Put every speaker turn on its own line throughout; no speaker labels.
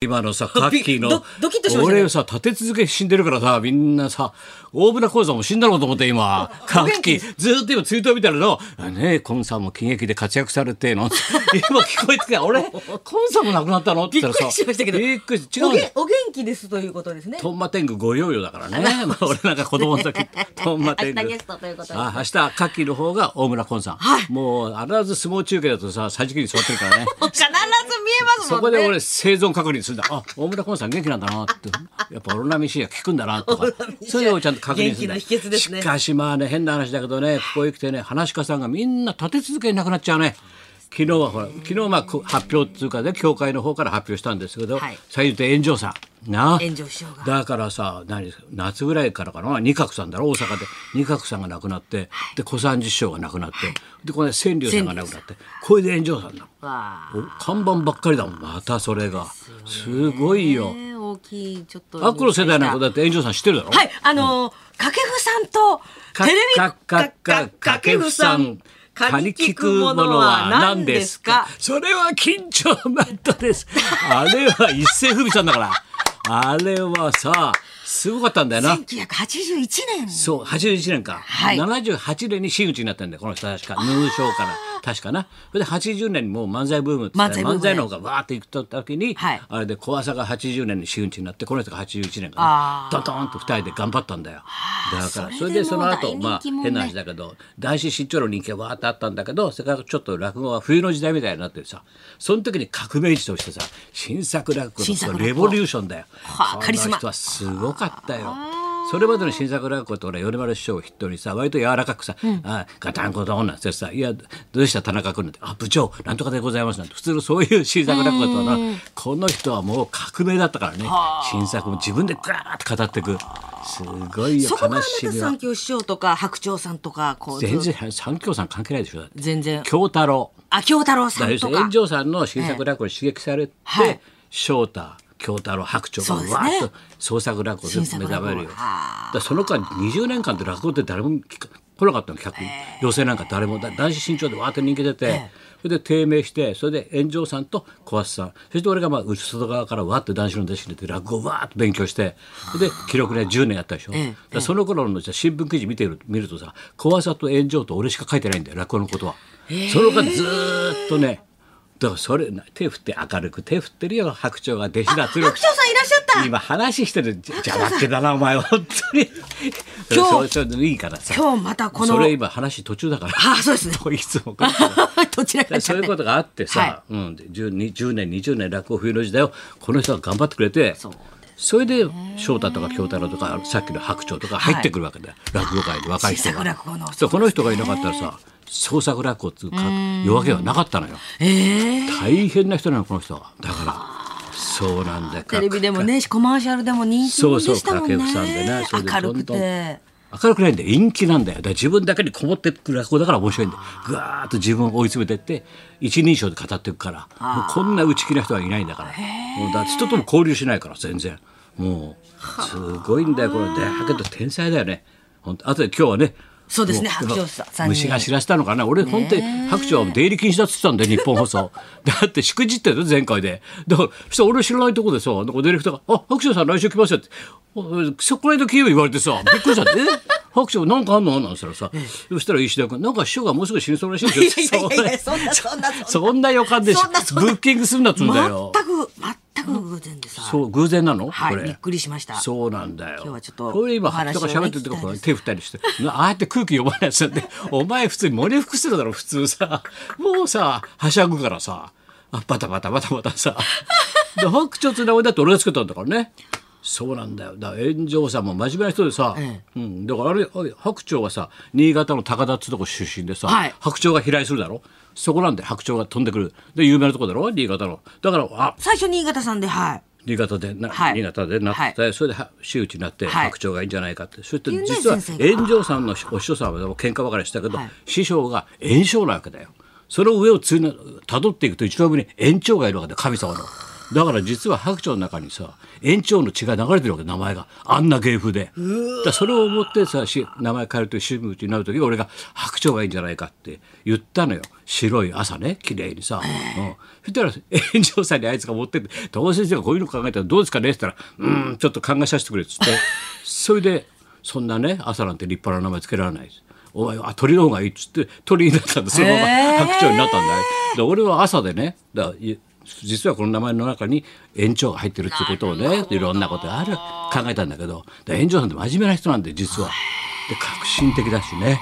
今のさ、カッキーの
ド、ドキッとしましたね
俺さ、立て続け死んでるからさ、みんなさ、大船講座も死んだろうと思って今、カッキー、ずーっと今ツイート見たらの、ねえ、コンさんも喜劇で活躍されて の、今聞こえてきた、俺、コンさんも亡くなったのって言ったらさ、
びっくりしましたけど
びっくり違
お
うんだ
げ
よ
んお元気ですということですね。
トンマ天狗ご用意だからね。まあ俺なんか子供の時、トンマ天狗。
明日ゲストということで
あ明日、カッキーの方が大村コンさん。もう、必ず相撲中継だとさ、桟敷に座ってるからね。
必ず見えますも
そ
んね。
こで俺生存確認するんだ。あ、大村コンさん元気なんだなって。やっぱオロナミン C が効くんだなとか
オロナミ。ン C
そういうのをちゃんと確認するんだ。
元気の秘訣ですね
しかしまあね、変な話だけどね、ここへ来てね、話し家さんがみんな立て続けになくなっちゃうね。昨日はほら、昨日まあこ発表っていうかね、協会の方から発表したんですけど、
はい
最優で炎上さん。なあ。
炎上師匠が
だからさ何夏ぐらいからかな二角さんだろ大阪で二角さんが亡くなって、で小三治師匠が亡くなって、でこの間千柳さんが亡くなってこれで炎上さんだ
わあ
お看板ばっかりだもんまたそれがすごいよ
ね大きいちょっと。
アクロ世代の子だって炎上さん知ってるだろ
はい、あのー、掛布さんと、テレビ、
かかかかけふさん蚊に効くものは何ですかそれは緊張マットですあれは一世風靡さんだからあれはさすごかったんだよな
?1981 年。
そう81年か、
はい
78年に真打ちになったんだよこの人確か入賞から確かなそれで80年にもう漫才ブームって言って
漫才ブーム
漫才の方がわーっていくとった時に、
はい
あれで小朝が80年に真打ちになってこの人が81年か
あ
な
ー
ドドンと2人で頑張ったんだよだからそ
そ
れ
れ
で
で
そ
もう
の後、まあ
大人気もね
変な話だけど男子新潮の人気がわーってあったんだけどそれからちょっと落語は冬の時代みたいになってさその時に革命児としてさ新作落語
新作
の
落語
レボリューションだよ。
はあカリスマ
この人はすごかったよ。それまでの新作落語って俺米丸師匠を筆頭にさ割と柔らかくさ「あガタンゴトン」なんてさ「いやどうした田中君」なんて「あ部長なんとかでございます」なんて普通のそういう新作落語とはなこの人はもう革命だったからね新作も自分でガーッと語っていくすごいよ
そこから
悲
ま
したみ
三
は
橋師匠とか白鳥さんとか、こう、
全
ずっと
然三協さん関係ないでしょだって
全然。
京太郎
あ、京太郎さん
要す
と
るに
か
炎。上さんの新作落語に刺激されて、
はい
翔太京太郎白鳥が
そうですね
わーっと創作落語で目覚める
新作落
よ
語は
だからその間20年間で落語って誰も聞か来なかったの客、寄席なんか誰もだ男子身長でわーって人気出て、それで低迷してそれで炎上さんと小橋さんそして俺がまあ内外側からわーって男子の弟子に出て落語をわーっと勉強してそれで記録ね10年やったでしょ、
ええ
だからその頃のじゃあ新聞記事見てる見るとさ小朝と炎上と俺しか書いてないんだよ落語のことは。その間ずーっとねだからそれな手振って明るく手振ってるよ白鳥が弟子だ圧
白
力
鳥さんいらっしゃった
今話してるじゃ邪魔っ気だなお前は本当に
今日
そうそうそういいからさ
今日またこの
それ今話途中だから
あそうですね
いつ もこうやって
どちらか
で
っち
そ
ゃ
うい
っ
う
て
ことがあってさ、
は
うん、で 10, に10年20年落語冬の時代をこの人が頑張ってくれて
そうで
それで翔太とか京太郎とかさっきの白鳥とか入ってくるわけだよ、落語界で若い人
新作
が
落語の
そうこの人がいなかったらさ創作落語っていうか夜明けはなかったのよ
ええ
大変な人なのこの人はだからそうなんだよ
テレビでもねコマーシャルでも人気
そ
者
うそ
で
う、
したもん
掛
ね
布さんでね、それで
明る
どん
く
どん
て
明るくないんだよ陰気なんだよだから自分だけにこもってくる落語だから面白いんだよぐわーっと自分を追い詰めてって一人称で語っていくからもうこんな内気な人はいないんだからもうだって人とも交流しないから全然もうすごいんだよこのだけど天才だよね本当あとで今日はね
そうですね
も
白鳥さんさんに
虫が知らせたのかな俺本当に白鳥は出入り禁止だって言ってた んだよ日本放送だってしくじってたよ前回でだからそしたら俺知らないとこでさなんかディレクターが「あ白鳥さん来週来ますよ」ってお「そこら辺の金曜日言われてさびっくりしたんでえ白鳥なんかあんの?」なんつったらさそしたら石田君「なんか師匠がもうすぐ死にそうらしいんですよ」
いやいやいやそんなそんなそん
そんな予感でし
そんなそん
ブ
な
ッキングするんだっつうんだよ。
全く全く偶然でさ
そう偶然なの、
はい
これ
びっくりしました
そうなんだよ
今日はちょっと
これ今
お話
人
を
が喋
ね
ってるとこほら
聞き
手振ったりしてなああやって空気読まないやつだっ てお前普通に森服するだろ普通さもうさはしゃぐからさあバタバタバタバタさで白鳥つなおだって俺が作ったんだからねそうなんだよだから炎上さんも真面目な人でさ、うん、だからあれあれ白鳥はさ新潟の高田っつうとこ出身でさ、
はい
白鳥が飛来するだろそこなんで白鳥が飛んでくるで有名なとこだろ新潟のだからあ
最初新潟さんではい
新潟でな、
はい
新潟でなって、それでは真打ちになって
はい
白鳥がいいんじゃないかって、そして
有名
実は
先生が
炎上さんのお師匠さんは喧嘩ばかりしたけど、
はい
師匠が炎症なわけだよその上をつなたどっていくと一番上に炎長がいるわけだよ神様のだから実は白鳥の中にさ園長の血が流れてるわけ名前があんな芸風でだからそれを思ってさし名前変えるという趣味になる時俺が白鳥がいいんじゃないかって言ったのよ白い朝ね綺麗にさ、うん、そしたら園長さんにあいつが持ってって「戸郷先生がこういうの考えたらどうですかね?」って言ったら「うーんちょっと考えさせてくれ」っ つってそれでそんなね朝なんて立派な名前つけられないです。お前あ鳥の方がいいっつって鳥になったんだそのまま
へー
白鳥になったんだで俺は朝でねだい実はこの名前の中に園長が入ってるっていうことをねいろんなことある考えたんだけどで園長さんって真面目な人なんで実はで革新的だしね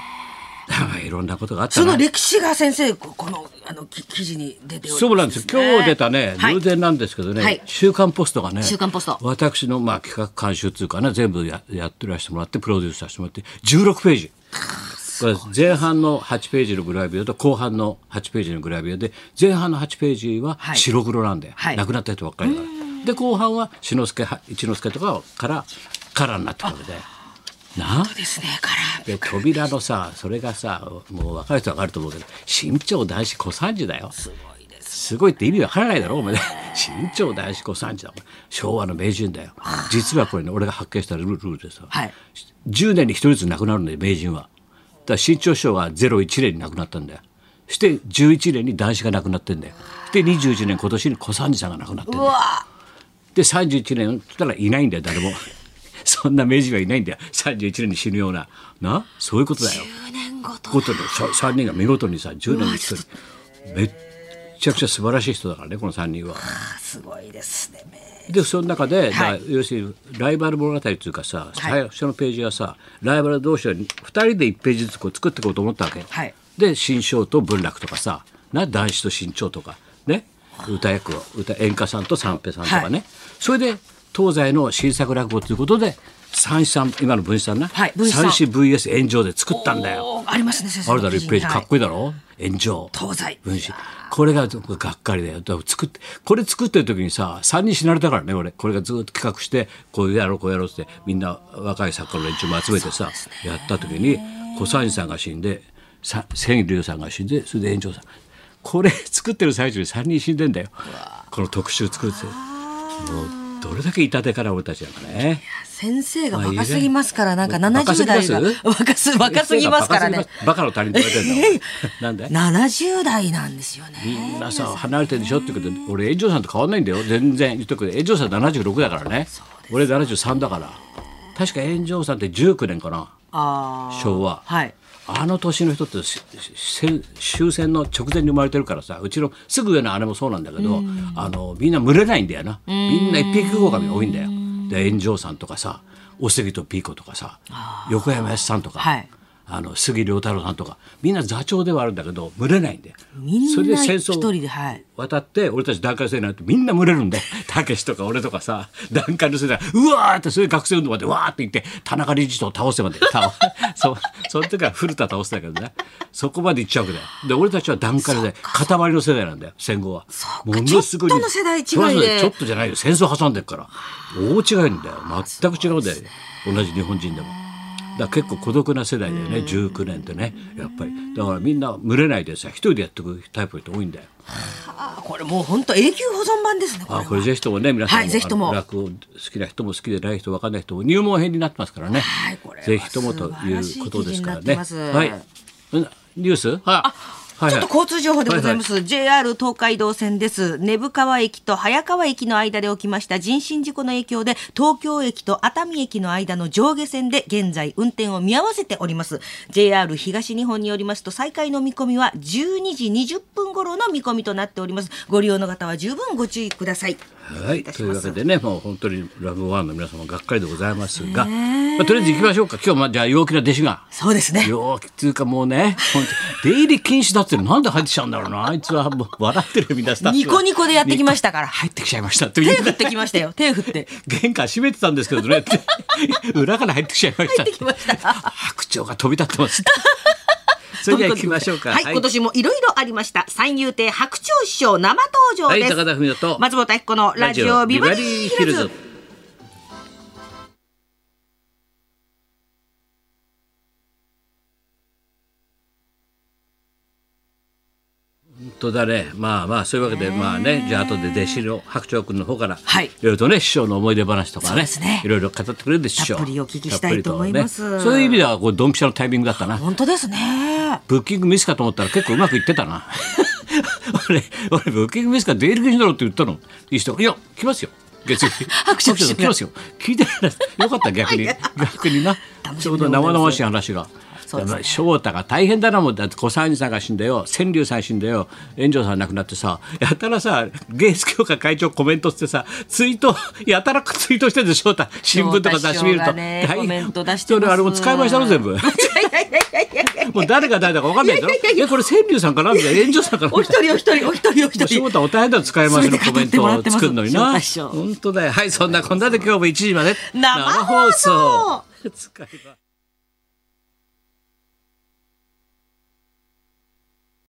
だからいろんなことがあった
そ
な
の歴史が先生ここのあのき記事に出ております、ね。
そうなんですよ今日出たね、
はい
偶然なんですけどね、
はい
週刊ポストがね
週刊ポスト
私のまあ企画監修っていうかね全部ややってらしてもらってプロデュースさせてもらって16ページ。これ前半の8ページのグラビアと後半の8ページのグラビアで前半の8ページは
はい
白黒なんだよ、
はい
亡くなった人ばっかりだからで後半は志の輔は一之輔とかからカラーになってくるわけでなあ
ですねから。
で扉のさそれがさもう若い人は分かると思うけど身長男子小三時だよ
すごいです。
すごいって意味わからないだろお前身長男子子三時だもん昭和の名人だよ実はこれね俺が発見したルールルールでさ、
はい
10年に1人ずつ亡くなるんだよ名人はだから身長師匠が01年に亡くなったんだよそして11年に男子が亡くなってんだよそして21年今年に小三治さんが亡くなってん
う
だよ
わ
で31年って言ったらいないんだよ誰もそんな名人はいないんだよ31年に死ぬようななそういうことだよ
10年ごと
ごとに3人が見事にさ10年に1人めっちゃくちゃ素晴らしい人だからねこの3人は。
あすごいですね。
でその中で、
はい
だから要するにライバル物語っていうかさ、
はい
最初のページはさライバル同士は2人で1ページずつこう作っていこうと思ったわけ、
はい
で新章と文楽とかさな男子と新潮とかね歌役を歌演歌さんと三平さんとかね、
は
それで東西の新作落語ということで三子さん今の文枝さんな、
はい文枝さん
三子 VS 炎上で作ったんだよ。
おーありますね先生
あ
の
るだろ
記事
1
に。
ページかっこ
い
いいだろ炎上
東西
文章これががっかりだよだから作ってこれ作ってる時にさ3人死なれたからね俺これがずっと企画してこうやろうこうやろうってみんな若い作家の連中も集めてさ、やった時に小三治さんが死んでさ千龍さんが死んでそれで炎上さんこれ作ってる最中に3人死んでんだよこの特集作るってもうどれだけ痛手から俺たちだからね。
い。先生が
まあ
若すぎますからなんか
若す
70
ぎま
代
す
が若す若すぎますからね。
バカの他人って言われてんだもんなんで
70代なんですよね。
みんなさ離れてるでしょってことで俺炎上さんと変わんないんだよ全然言っとくけど炎上さん76だからね俺73だから確か炎上さんって19年かな
ああ。
昭和
はい。
あの年の人ってしし終戦の直前に生まれてるからさうちのすぐ上の姉もそうなんだけどあのみんな群れないんだよなみんな一匹狼が多いんだよで炎上さんとかさお杉とピーコとかさ横山やすさんとか、
はい
あの杉良太郎さんとかみんな座長ではあるんだけど群れないんだよ
みん
それで
な
戦
一
争
人ではい。
渡って俺たち団塊世代になってみんな群れるんで たけしとか俺とかさ団塊の世代うわーってそういう学生運動までわーって言って田中理事長を倒せまで倒 そうその時は古田倒せたけどねそこまで行っちゃうわけだよで俺たちは団塊で塊の世代なんだよ戦後は
うかちょっとの世代違いで
そりゃそうだよちょっとじゃないよ戦争挟んでるから大違いんだよ全く違うんだよ、同じ日本人でも。だから結構孤独な世代だよね19年ってねやっぱりだからみんな群れないでさ一人でやってくタイプの人多いんだよ
あこれもう本当永久保存版ですね。これ
あ
は
これぜひともね皆さんも,あ
はい
の、
ぜひとも
落語好きな人も好きでない人分かんない人も入門編になってますからね、
はいこれは
ぜひともということですからね
素晴ら
は
しい記事になって
いう
ま
んニュースあはい
ちょ
は
っ
い
と交通情報でございます。JR 東海道線です。根府川駅と早川駅の間で起きました人身事故の影響で、東京駅と熱海駅の間の上下線で現在運転を見合わせております。JR 東日本によりますと、再開の見込みは12時20分頃の見込みとなっております。ご利用の方は十分ご注意ください。
はい、
いたし
とい
ま
うわ
す
けでねもう本当にラブワンの皆様がっかりでございますが、まあ、とりあえず行きましょうか今日まあじゃあ陽気な弟子 が。
そうですね。
陽気っていうかもうね本当出入り禁止だってなんで入ってきちゃうんだろうなあいつはもう笑ってるみんなスタッフが
ニコニコでやってきましたから。
入ってきちゃいましたって
手振ってきましたよ。手振って。
玄関閉めてたんですけどねって 裏から入ってきちゃいました
入ってきました
白鳥が飛び立ってます。それでは行きましょうか。
はい、今年もいろいろありました。三遊亭白鳥師匠生登場です。
はい高田文夫と
松本明子のラジオビバリーヒルズ。。
本当だねまあまあそういうわけでまあねじゃあ後で弟子の白鳥君の方から、
はい
いろいろとね師匠の思い出話とか
そう
ね
ですね
いろいろ語ってくれるでしょう
たっぷりお聞きしたいと思います
たっぷりとねそういう意味ではこうドンピシャのタイミングだったな
本当ですね。
ブッキングミスかと思ったら結構うまくいってたな俺俺ブッキングミスか出入り口だろって言ったのいい人がいや来ますよ月曜日
拍手
白鳥さん来ますよ聞いてないよかった逆 に逆にな
楽
ち
し
ょう
みで
ど
ございます
生々しい話が。
そうですね
やっぱり翔太が大変だなもんだって小三治さんが死んだよ千柳さん死んだよ円城さん亡くなってさやたらさ芸術協会会長コメントしてさツイートやたらツイートしてるで翔太新聞とか雑誌見る
翔
と、
太師匠がね
大
コメント出してます
それあれもう使いましたの全部。もう誰が誰だか分かんないだろ。
いやいやいや
えこれ川柳さんかなみたいな炎上さんかな
お
み
一
たいな。
人お一人お一人お一
翔
人。
太お大変だよ使い回しのコメントを作るのにな。
それで語ってもらってます
本当だよ。はい、そんなこんなで今日も1時まで
生放送
生放送使い回し